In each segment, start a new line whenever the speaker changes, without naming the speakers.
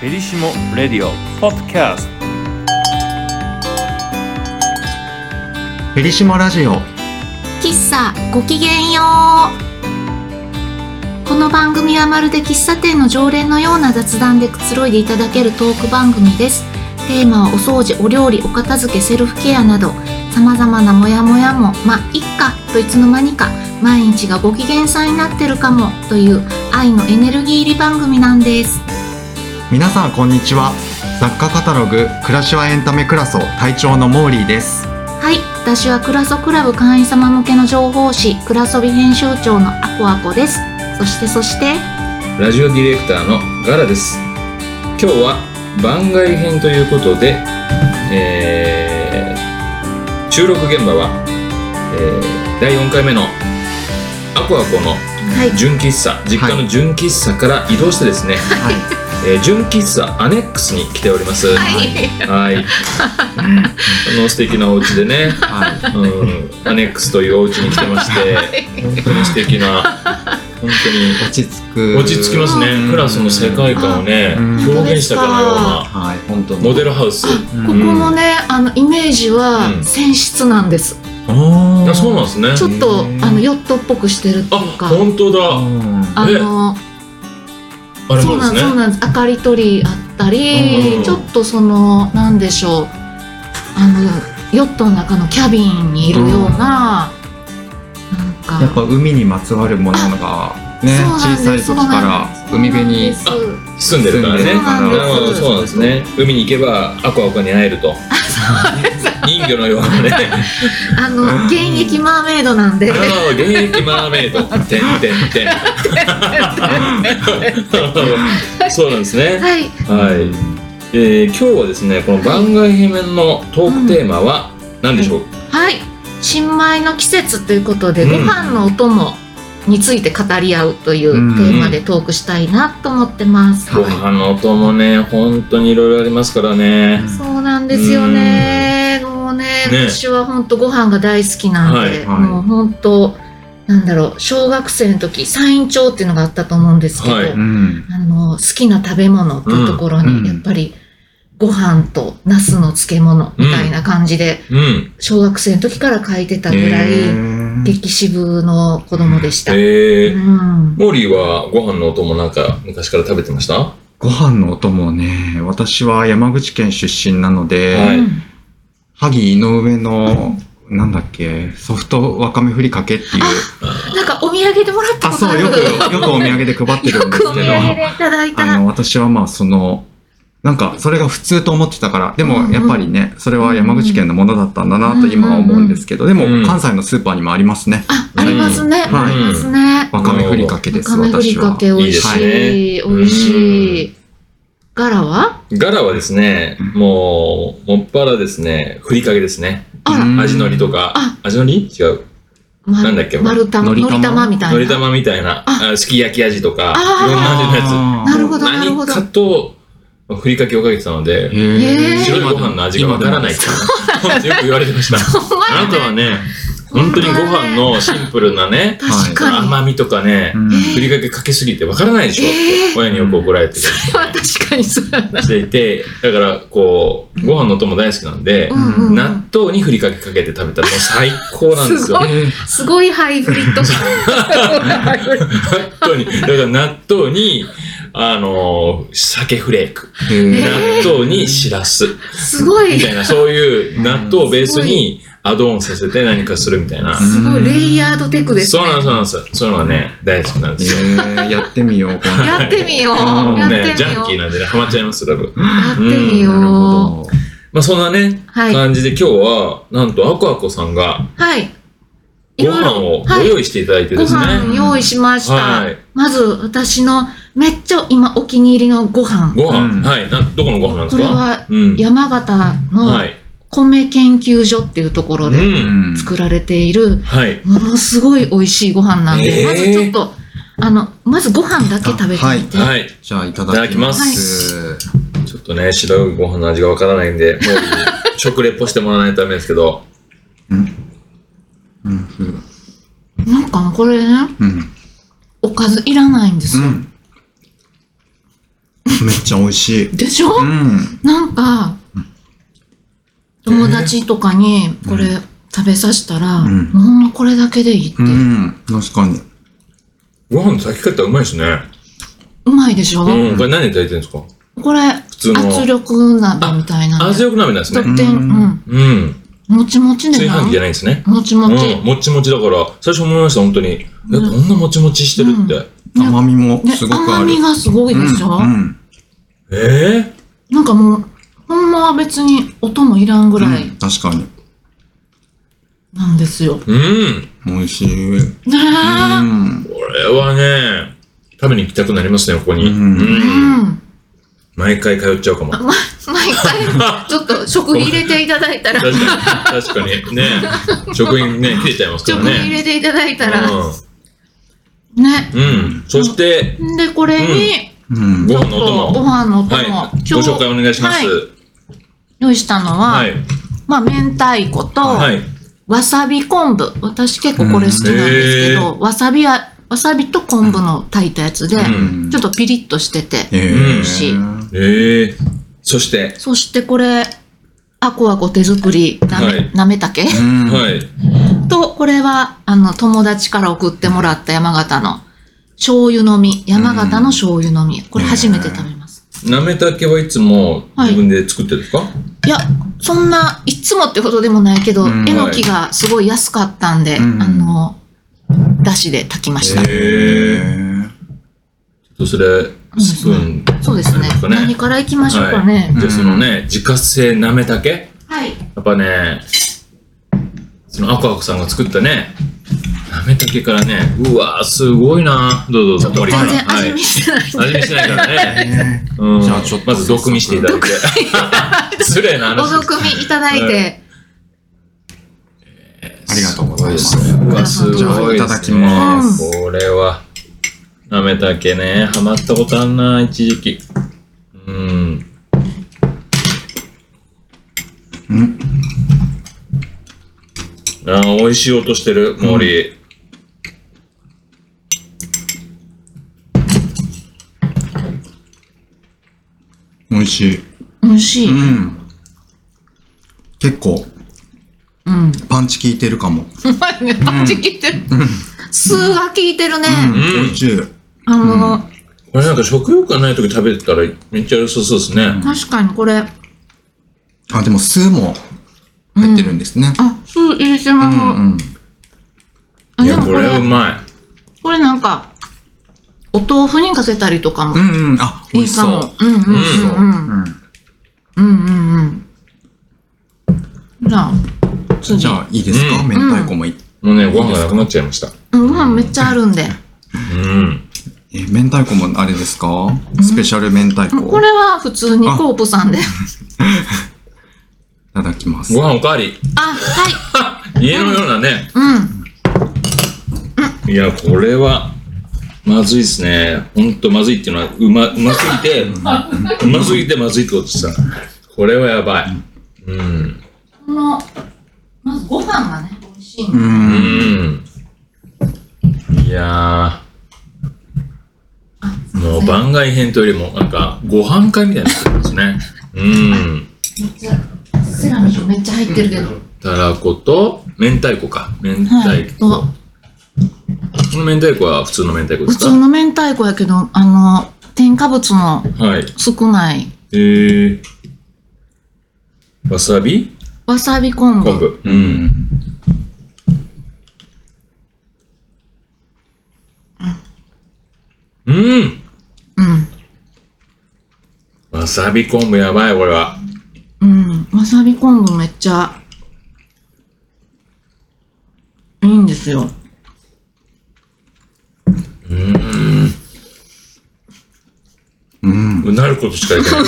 フェリシモ・レディオ・ポッドキャスト
フェリシモラジオ
喫茶ごきげんようこの番組はまるで喫茶店の常連のような雑談でくつろいでいただけるトーク番組ですテーマはお掃除お料理お片付けセルフケアなどさまざまなモヤモヤもまあいっかといつの間にか毎日がご機嫌さんになってるかもという愛のエネルギー入り番組なんです
皆さんこんにちは雑貨カタログ暮らしはエンタメクラソ隊長のモーリーです
はい私はクラソクラブ会員様向けの情報誌クラソビ編集長のアコアコですそしてそして
ラジオディレクターのガラです今日は番外編ということで、えー収録現場は、えー第4回目のアコアコの
はい
純喫茶実家の純喫茶から移動してですね、
はい
えー純喫茶アネックスに来ておりますはいあの素敵なお家でね、
は
うん、アネックスというお家に来てまして本当に素敵な本当に
い落ち着く
落ち着きますね。クラスの世界観をね
うん、
表現したかのよ
はい本当
うなモデルハウス。
う
ここ
ん
もね、あのイメージは
うん
船室なんです。
おー
あ、そうなんですね。
ちょっと
へー
あのヨットっぽくしてるって
あ
いう、か、
本当だ。
うん
あの
あれ
そう
も
な
です
ん
ね。
そうなんです。明かり取りあった
うん
り、ちょっとそのなんでしょう、あのヨットの中のキャビンにいるような、なんか
やっぱ海にまつわるものがね
そうなん
小
です
さい時から海辺に
そうなんです
住んでるからね。
住んでるから
なるほど、そうなんですね。海に行けばアコアコに会えると。人魚のようなね。
あの現役マーメイドなんで
あ。の現役マーメイド。てんてんてん。そうなんですね。
はい、
はい。えー今日はですね、この番外編のトークテーマは何でしょう。
はい、新米の季節ということで、
うん
ご飯のお供について語り合うというテーマでトークしたいなと思ってます。
ご飯の音もね、本当にいろいろありますからね。
そうなんですよね。もうね、
ね
私は本当ご飯が大好きなんで、
はい
はい
もう本当なんだろう、小学生の時サイン帳っていうのがあったと思うんですけど、
はい
うん
あの好きな食べ物っていうところ
うん
にやっぱり。ご飯と茄子の漬物みたいな感じで
うん。
小学生の時から書いてたぐらい、
へー
激渋の子供でした。
え
う
ー、
ん、
モーリーはご飯の音もなんか昔から食べてました
ご飯のお供ね私は山口県出身なので、
はい
萩井上の、なんだっけ、ソフトわかめふりかけっていう。
なんかお土産でもらった
あ、
ことあ
そう、
る。
よく、よくお土産で配ってるんです
よくお
け
土
ど、
産でいただい
あ
た。
の、私はまあ、その、なんか、それが普通と思ってたから、で
うんう
も、
ん
やっぱりね、それは山口県のものだったんだなと今は思うんですけど、でも
うん、
関西のスーパーにもありますね。
あ、ありますね。
うん
ありますね。
わかめふりかけです、
わかめふり
私
か
は。
け美味
いい
しい。
です
美
ね
味しい。ガラは
ガラはですね、もう、もっぱらですね、ふりかけですね。
あら
うん
味のりとか
あ、
味のり違う。
ま
なんだっけ
丸玉、の
のり
り
玉
玉みたいな。
のり玉みたいな、
あ
あすき焼き味とか、
あー
いろんな味のや
あー
なるほど、なるほ
つ。何
ど。
かと、ふりかけをかけてたので、
へー
白いご飯の味がわからないっていうのは よく言われて ました。
ほんま
あ
や
なたは
ね
ね、本当にご飯のシンプルなね、
確かに。
甘みとかね、
うん
ふりかけかけすぎてわからないでしょ、
ええ
親によく怒られてる
確かにそうやな。
していてだからこうご飯のお供大好きなんで、
うんうんう
納
ん。
豆にふりかけかけて食べたらもう最高なんです
す
よ
ごい
えー
すごいハイブリッド 感。
納豆にだから納豆にあのー鮭フレーク
へー
納豆にしらす
すごい
み。たいなそういう納豆をベースにアドオンさせて何かするみたいな、
すごい、レイヤードテクです
そ
ね。
うなんですそうなんですそういうのはね大好きなんですよ、
へーやってみよう、今度
やってみよう。
うん
やって
ね、ジ
み
ャ
よ
ン
う。
キー
や
なんでねハマっちゃいます多
っ
分
てみよ
なる
う。
ほど。
まあそんなね
はい。
感じで今日はなんとアコアコさんが
はい。い
ご
ろい
飯
ろ
を。ご
はい。
用意していただいて
ご
ですね、
飯用意しました
はい。
まず、私のめっちゃ今お気に入りのご飯。
ご飯、
うん
はいなどこのご飯なんで
こ
す
れ
か
は
うん
山形
は
の
い
米研究所っていうところ
う
で
ん
うん
作られている、
はい
ものすごい美味しいご飯なんで、
えー
まずちょっと、あの、まずご飯だけ食べてみて。
はい
じゃあ、いただきます。
ちょっとね白いご飯の味がわからないんでも う食レポしてもらわないとダメですけど
うんうん
なんかこれね、
うん
おかずいらないんです
う
よ。
ん。めっちゃ美味しい。
でしょ、
うん。
なんか、友達とかにこれ食べさせたら、
ん
もうほんまこれだけでいいって。う
う。
ん
確かに。
ご飯の炊き方うまいですね。
まいでしょ、
うん。これ何で炊いてるんですか
これ、
通の
圧力鍋みたいなの。
圧力鍋なんです
とっ
ね。
てん、
うん
うん。
うん。
もちもち
炊
で
飯
な
器。じゃないんですね。
もちもち。
うん、もっちもちだから、最初思いました、本当に。え、こんなもちもちしてるって。
甘みも
ね
すごくあ
甘
る。
みがすごいでしょ、
うんうん。
ええ
なんかもう、ほんまは別に音もいらんぐら
う
い
ん確かに。
なんですよ。
うん。
美味しい。う
ねえ。
ん。
これはね、食べに行きたくなりますね、ここに。
うん
うん
うん。
毎回通っちゃうかも。
ま、毎回、ちょっと食費入れていただいたら、
確かに、確かに。ね。食品ね、切れちゃいますか
食
ら
費入
ね。
れていただいたら、
うん
ね。
うん。そして、
で、これに、
うん。
ご
ちょ
飯
っ
のお供
と。ご飯のお供、
はい。
今
ご
日
紹介お願いします。
は用意したのは、
はい。
まあ、明太子と、
はい。
わさび昆布。私結構これ好きなんですけど、わさびは、わさびと昆布の炊いたやつで、
うん
ちょっとピリッとしてて。
え
美
味しい
ええそして、
そしてこれ、あこあこ手作り、なめ、
はい
なめたけ、
うん。
はい。
と、これは、あの、友達から送ってもらった山形の醤油のみ、山形の醤油のみ。これ初めて食べます。
なめたけはいつも
はい
自分で作ってるんですか、
いや、そんな、いつもってほどでもないけど、
うん
えのきがすごい安かったんで、
うん
あの、だしで炊きました。
ええとそれ、スプーン。
そうですね
なんかね
何からいきましょうかね。
じゃあそのね、自家製なめたけ
はい。
やっぱね、そのアクアクさんが作ったね、なめたけからね、うわー、すごいなどうぞどうぞ、森から。
全然
は
味
い。
見
味
してないんで。
見してないからね。
え
うん、
じゃあちょっと
まず毒味していただいて。 失礼な
お
話です。
毒味いただいて。
ありがとうございます
すごい。うわ、すごいですね。
いただきます
これは、なめたけね、ハマったことあんな、一時期。うん。
うん
あー、美味しい音してる、森。
美味しい。
美味し
う
い。
ん。結構、
うん。
パンチ効いてるかも。
うまいね。パンチ効いてる。酢が効いてるね。
うん。美味しい。
あの、
これなんか食欲がない時食べてたらめっちゃ良さそうですね。
確かにこれ、
あ、でも酢も入ってるんですね。
あ、酢入れて
う
ます。
んうん。
あ、
い
で
や、
も
こ
こ
れはう
れ、
ま
これなんか、お豆腐にかけたりとかも
うんうん。あ、美
い
味
い
し
か
そう。
も。うんうん
美味しそう
うんうん。
う
うんうんうん。じゃあ、
ん。
次
じ。ゃあ、いいですか
うん
明太子もいい。
い。もうね、ご飯がなくなっちゃいました。
うんご飯めっちゃあるんで。
うん。
え、明太子もあれですかスペシャル明太子。
これは普通にコープさんで。
いただきます
ご。飯おかわり。
あ、はい。
家のようなね。
うん。
いや、これは、まずいですね。ほんとまずいっていうのは、うま、うますぎて、うますぎてまずいってことですこれはやばい。うん。
この、まずご飯がね、美味しいん
う。
で。
うんん。いやー。もう番外編というよりも、なんか、ご飯会みたいになってますね。うん。
めっちゃ、セラミックめっちゃ入ってるけど。
たらこと明太子か明太
はい。
子、
そう
この明太子は普通の明太子で
普
すか
通の明太子やけど、あの、添加物の
はい
少ない
えー、わさび
わさび昆
昆
布。
布うんうん
うん。
わさび昆布やばいこれは
うん。わさび昆布めっちゃ、いいんですよ。
うん。
うなることしかいけな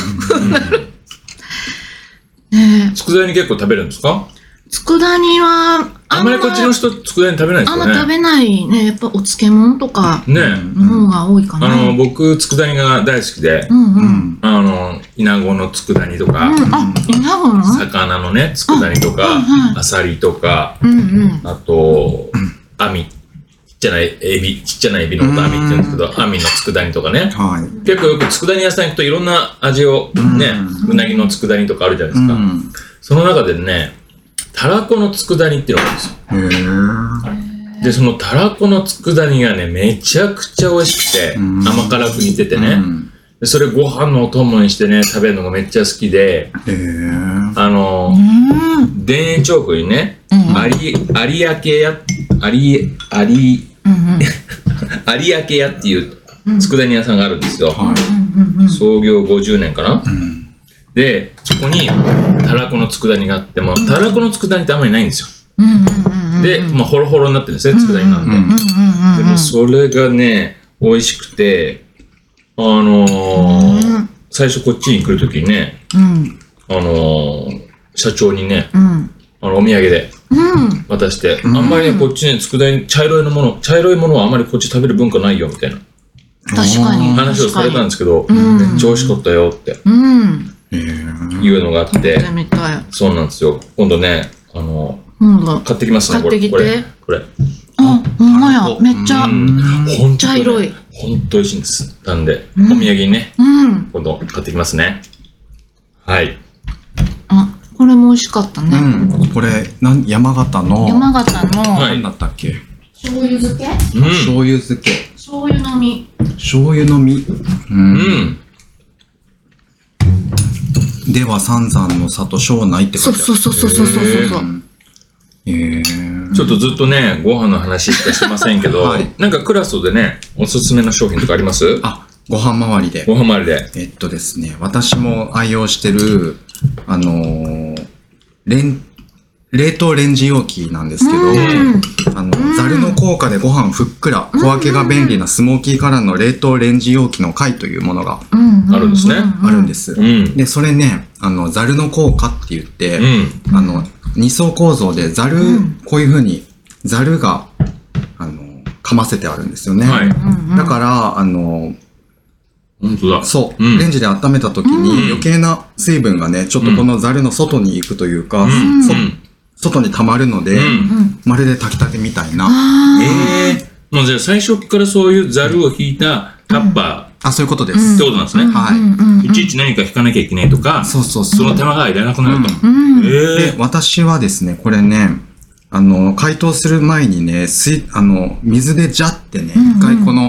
い
ね
佃煮結構食べるんですか
え。佃煮は、
あんまりこっちの人佃煮食べないです
あん
よ
ま食
ね
べないね。やっぱお漬物とか
ね
の方が多いか
あ
な。
の僕佃煮が大好きで、
うんう。
うんん。
あの稲子の佃煮とか、
うん、あ、稲穂の
魚のね佃煮と
う
か、
んうん
アサリとか
うんうん。
あと網っちゃないエビ、ちっちゃなエビのことアミって言うんですけど、アミの佃煮とかね。
はい。
結構よく佃煮屋さん行くといろんな味をね、うなぎの佃煮とかあるじゃないで
う
すか。
ん。
その中でね、たらこの佃煮っていうのがあるんですよ。
へえ。
で、そのたらこの佃煮がね、めちゃくちゃ美味しくて、
うん
甘辛く煮ててね、
うん
でそれご飯のお供にしてね、食べるのがめっちゃ好きで、
へえ。
あの
う、ん。
田園調布にね、
うん
有有明屋、有、有、
うん。
有明屋っていう佃煮屋さんがあるんですよ。
は。
うん。うん。
創業50年かない
うん。
で、そこに、たらこの佃煮があっても、たらこの佃煮ってあんまりないんですよ。
うん。うん。
で、まあ、ホロホロになってるんですね、佃煮なんで。
うん
うん。うん。
でも、それがね、美味しくて、あのー
うん
最初こっちに来るときにね、
うん。
あのー社長にね、
うん。
あの、お土産で
うん。
渡して、あんまりね、こっちね、佃煮、茶色いのもの、茶色いものはあまりこっち食べる文化ないよ、みたいな
確かに。
話をされたんですけど、
うん
めっちゃ美味しかったよって
うん。
へえ。
いうのがあって
やって、みたい。
そうなんですよ。今度ね、あのー
なんだ。
買ってきますね、こ
買っ
れ。
てきて
これ。これ。
あ、ほんまや。めっちゃ。
う
うん
ん。ほんとね
茶色い。
ほんと美味しいんです。なんで、お
うん
土産にね、
うん。
今度買ってきますね。はい。
あ、これも美味しかった
う
ね。
ん。これ、なん、山形の。
山形
は
の
な
い
んだったっけ。
醤油漬け
うん。
醤油漬け。
醤油のみ。
醤油の実。う。
うんん。
では、三山の里庄内って
そ
書いうてある。
そうそうそうそうそうそう。
へえ。
ちょっとずっとね、ご飯の話しかしてませんけど
はい、
なんかクラスでね、おすすめの商品とかあります
あ、ご飯周りで。
ご飯周りで。
えっとですね、私も愛用してる、あのーレン、冷凍レンジ容器なんですけど、
うん。
あの、ざるの効果でご飯ふっくら、小分けが便利なスモーキーカラーの冷凍レンジ容器の貝というものが
うん。
あるんですね
あるん
す。
です。
うん。
で、それね、あの、ざるの効果って言って
う、ん。
あの、二層構造でざる、
うん
こういうふうに、ざるが、あの、かませてあるんですよね。
はい。
うん。
だから、あの、
ほんとだ。
そう、
うん
レンジで温めた時
うん
に余計な水分がね、ちょっとこのザルの外に行くというか、
うん。
そ
うん。
外に溜まるので、
うん。
うん。
まるで炊きたてみたいな、
あ
ええ。もうじゃあ最初からそういうザルを引いたタッパ
あ、そういうことで
う
す。
ー
ん
ってことなんですね。
はい
い
いちいち何か引かなきゃいけないとか、
そうそう
そ
そう。
の手間がいらなくなると。
うん。
え
で、私はですね、これね、あの、解凍する前にね、水、あの、水でジャってね、一、
うんうん
回この、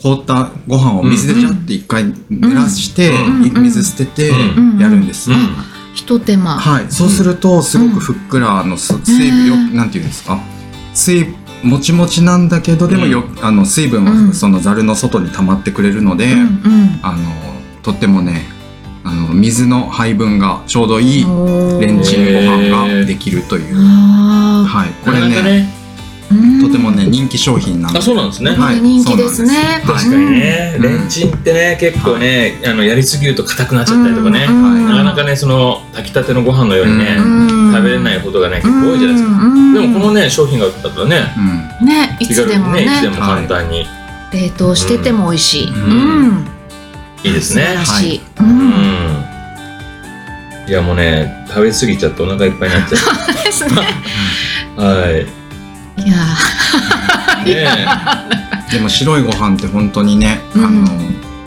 凍ったご飯を水でジャって一回濡らして、
うん
い水捨てて
うん
やるんです。
うん。
ひと手間。
はい、そうするとすごくふっくらあのす水分よ、
うん
なんていうんですか水もちもちなんだけどでもよ、あの水分
う
は
ん
そのざるの外に溜まってくれるので、
うん
あのとってもねあの水の配分がちょうどいい
うん。
レンジご飯ができるという、
ああ。
はい、こ
な
れ
か
ね
なかね。
とてもね人気商品なんで
あ、そうなんですね。
はい
人気ですね。。
そうなんです
確かにね、
うん
レンチンってね結構ね、あのやりすぎると硬くなっちゃったりとかね、
ん
なかなかねその炊きたてのご飯のようにね、食べれないいことがね結構多いじゃないですか、でもこのね商品が売ったからね
うん
のねい
気
つ
軽
でも
にねいつで
ね
も簡単に、
冷凍してても美味しい。う
う
んん。
い、いです
素晴
ね
らしい。う
うん
ん。
いやもうね食べ過ぎちゃってお腹いっぱいになっちゃ
ですね。
うはい
いや
ね
でも白いご飯って本当にね、
うん
あの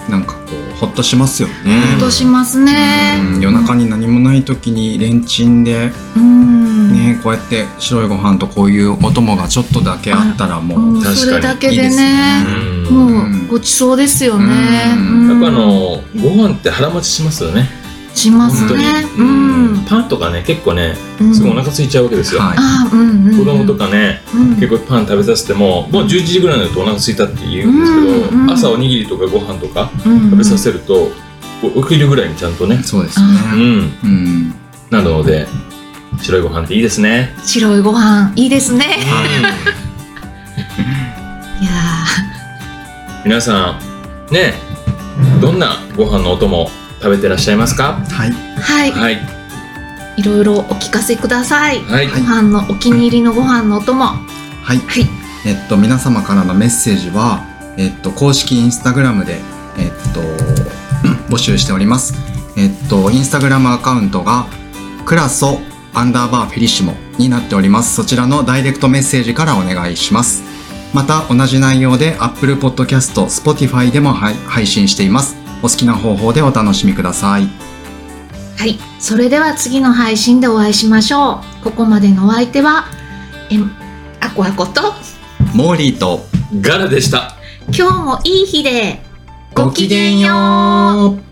なんかこうほっとしますよね、
ー、と
ほっと
しますね。
うん夜中に何もない時にレンチンで
うん。
ねこうやって白いご飯とこういうお供がちょっとだけあったらもう、
もう
確かに
それだけ
いい
で
ですね
え
ね、
うん
も
やっ
うん
うごちそうですよね。
うん
うん
ぱあのご飯って腹持ちしますよね
します
本当に
ね。うん。
パンとかね結構ね
うん
すごいお腹空いちゃうわけですよ、
はい
あ、うんうん。
子供とかね、
うん
結構パン食べさせてももう11時ぐらいになるとお腹空いたって言うんですけ
う
ど、
んうん
朝おにぎりとかご飯とか
うん
食べさせると、おお昼ぐらいにちゃんとね、
そうです
う
ね
ん、
うん
なので白いご飯っていいですね、
白いご飯いいですね。いや
皆さんねどんなご飯のお供食べてらっしゃいますか
はい
ーはい、
はい
い、ろいろお聞かせください。
はい、
ご飯のお気に入りのご飯のお供。は
はい
い。
えっと皆様からのメッセージはえっと公式インスタグラムでえっと 募集しておりますえっとインスタグラムアカウントがクラソアンダーバーフェリシモになっておりますそちらのダイレクトメッセージからお願いしますまた同じ内容で Apple Podcast、Spotify でも配配信しています。お好きな方法でお楽しみください。
はい、それでは次の配信でお会いしましょう。ここまでのお相手は、え、あこあこと、
モーリーと
ガラでした
今日もいい日で、
ごきげんよう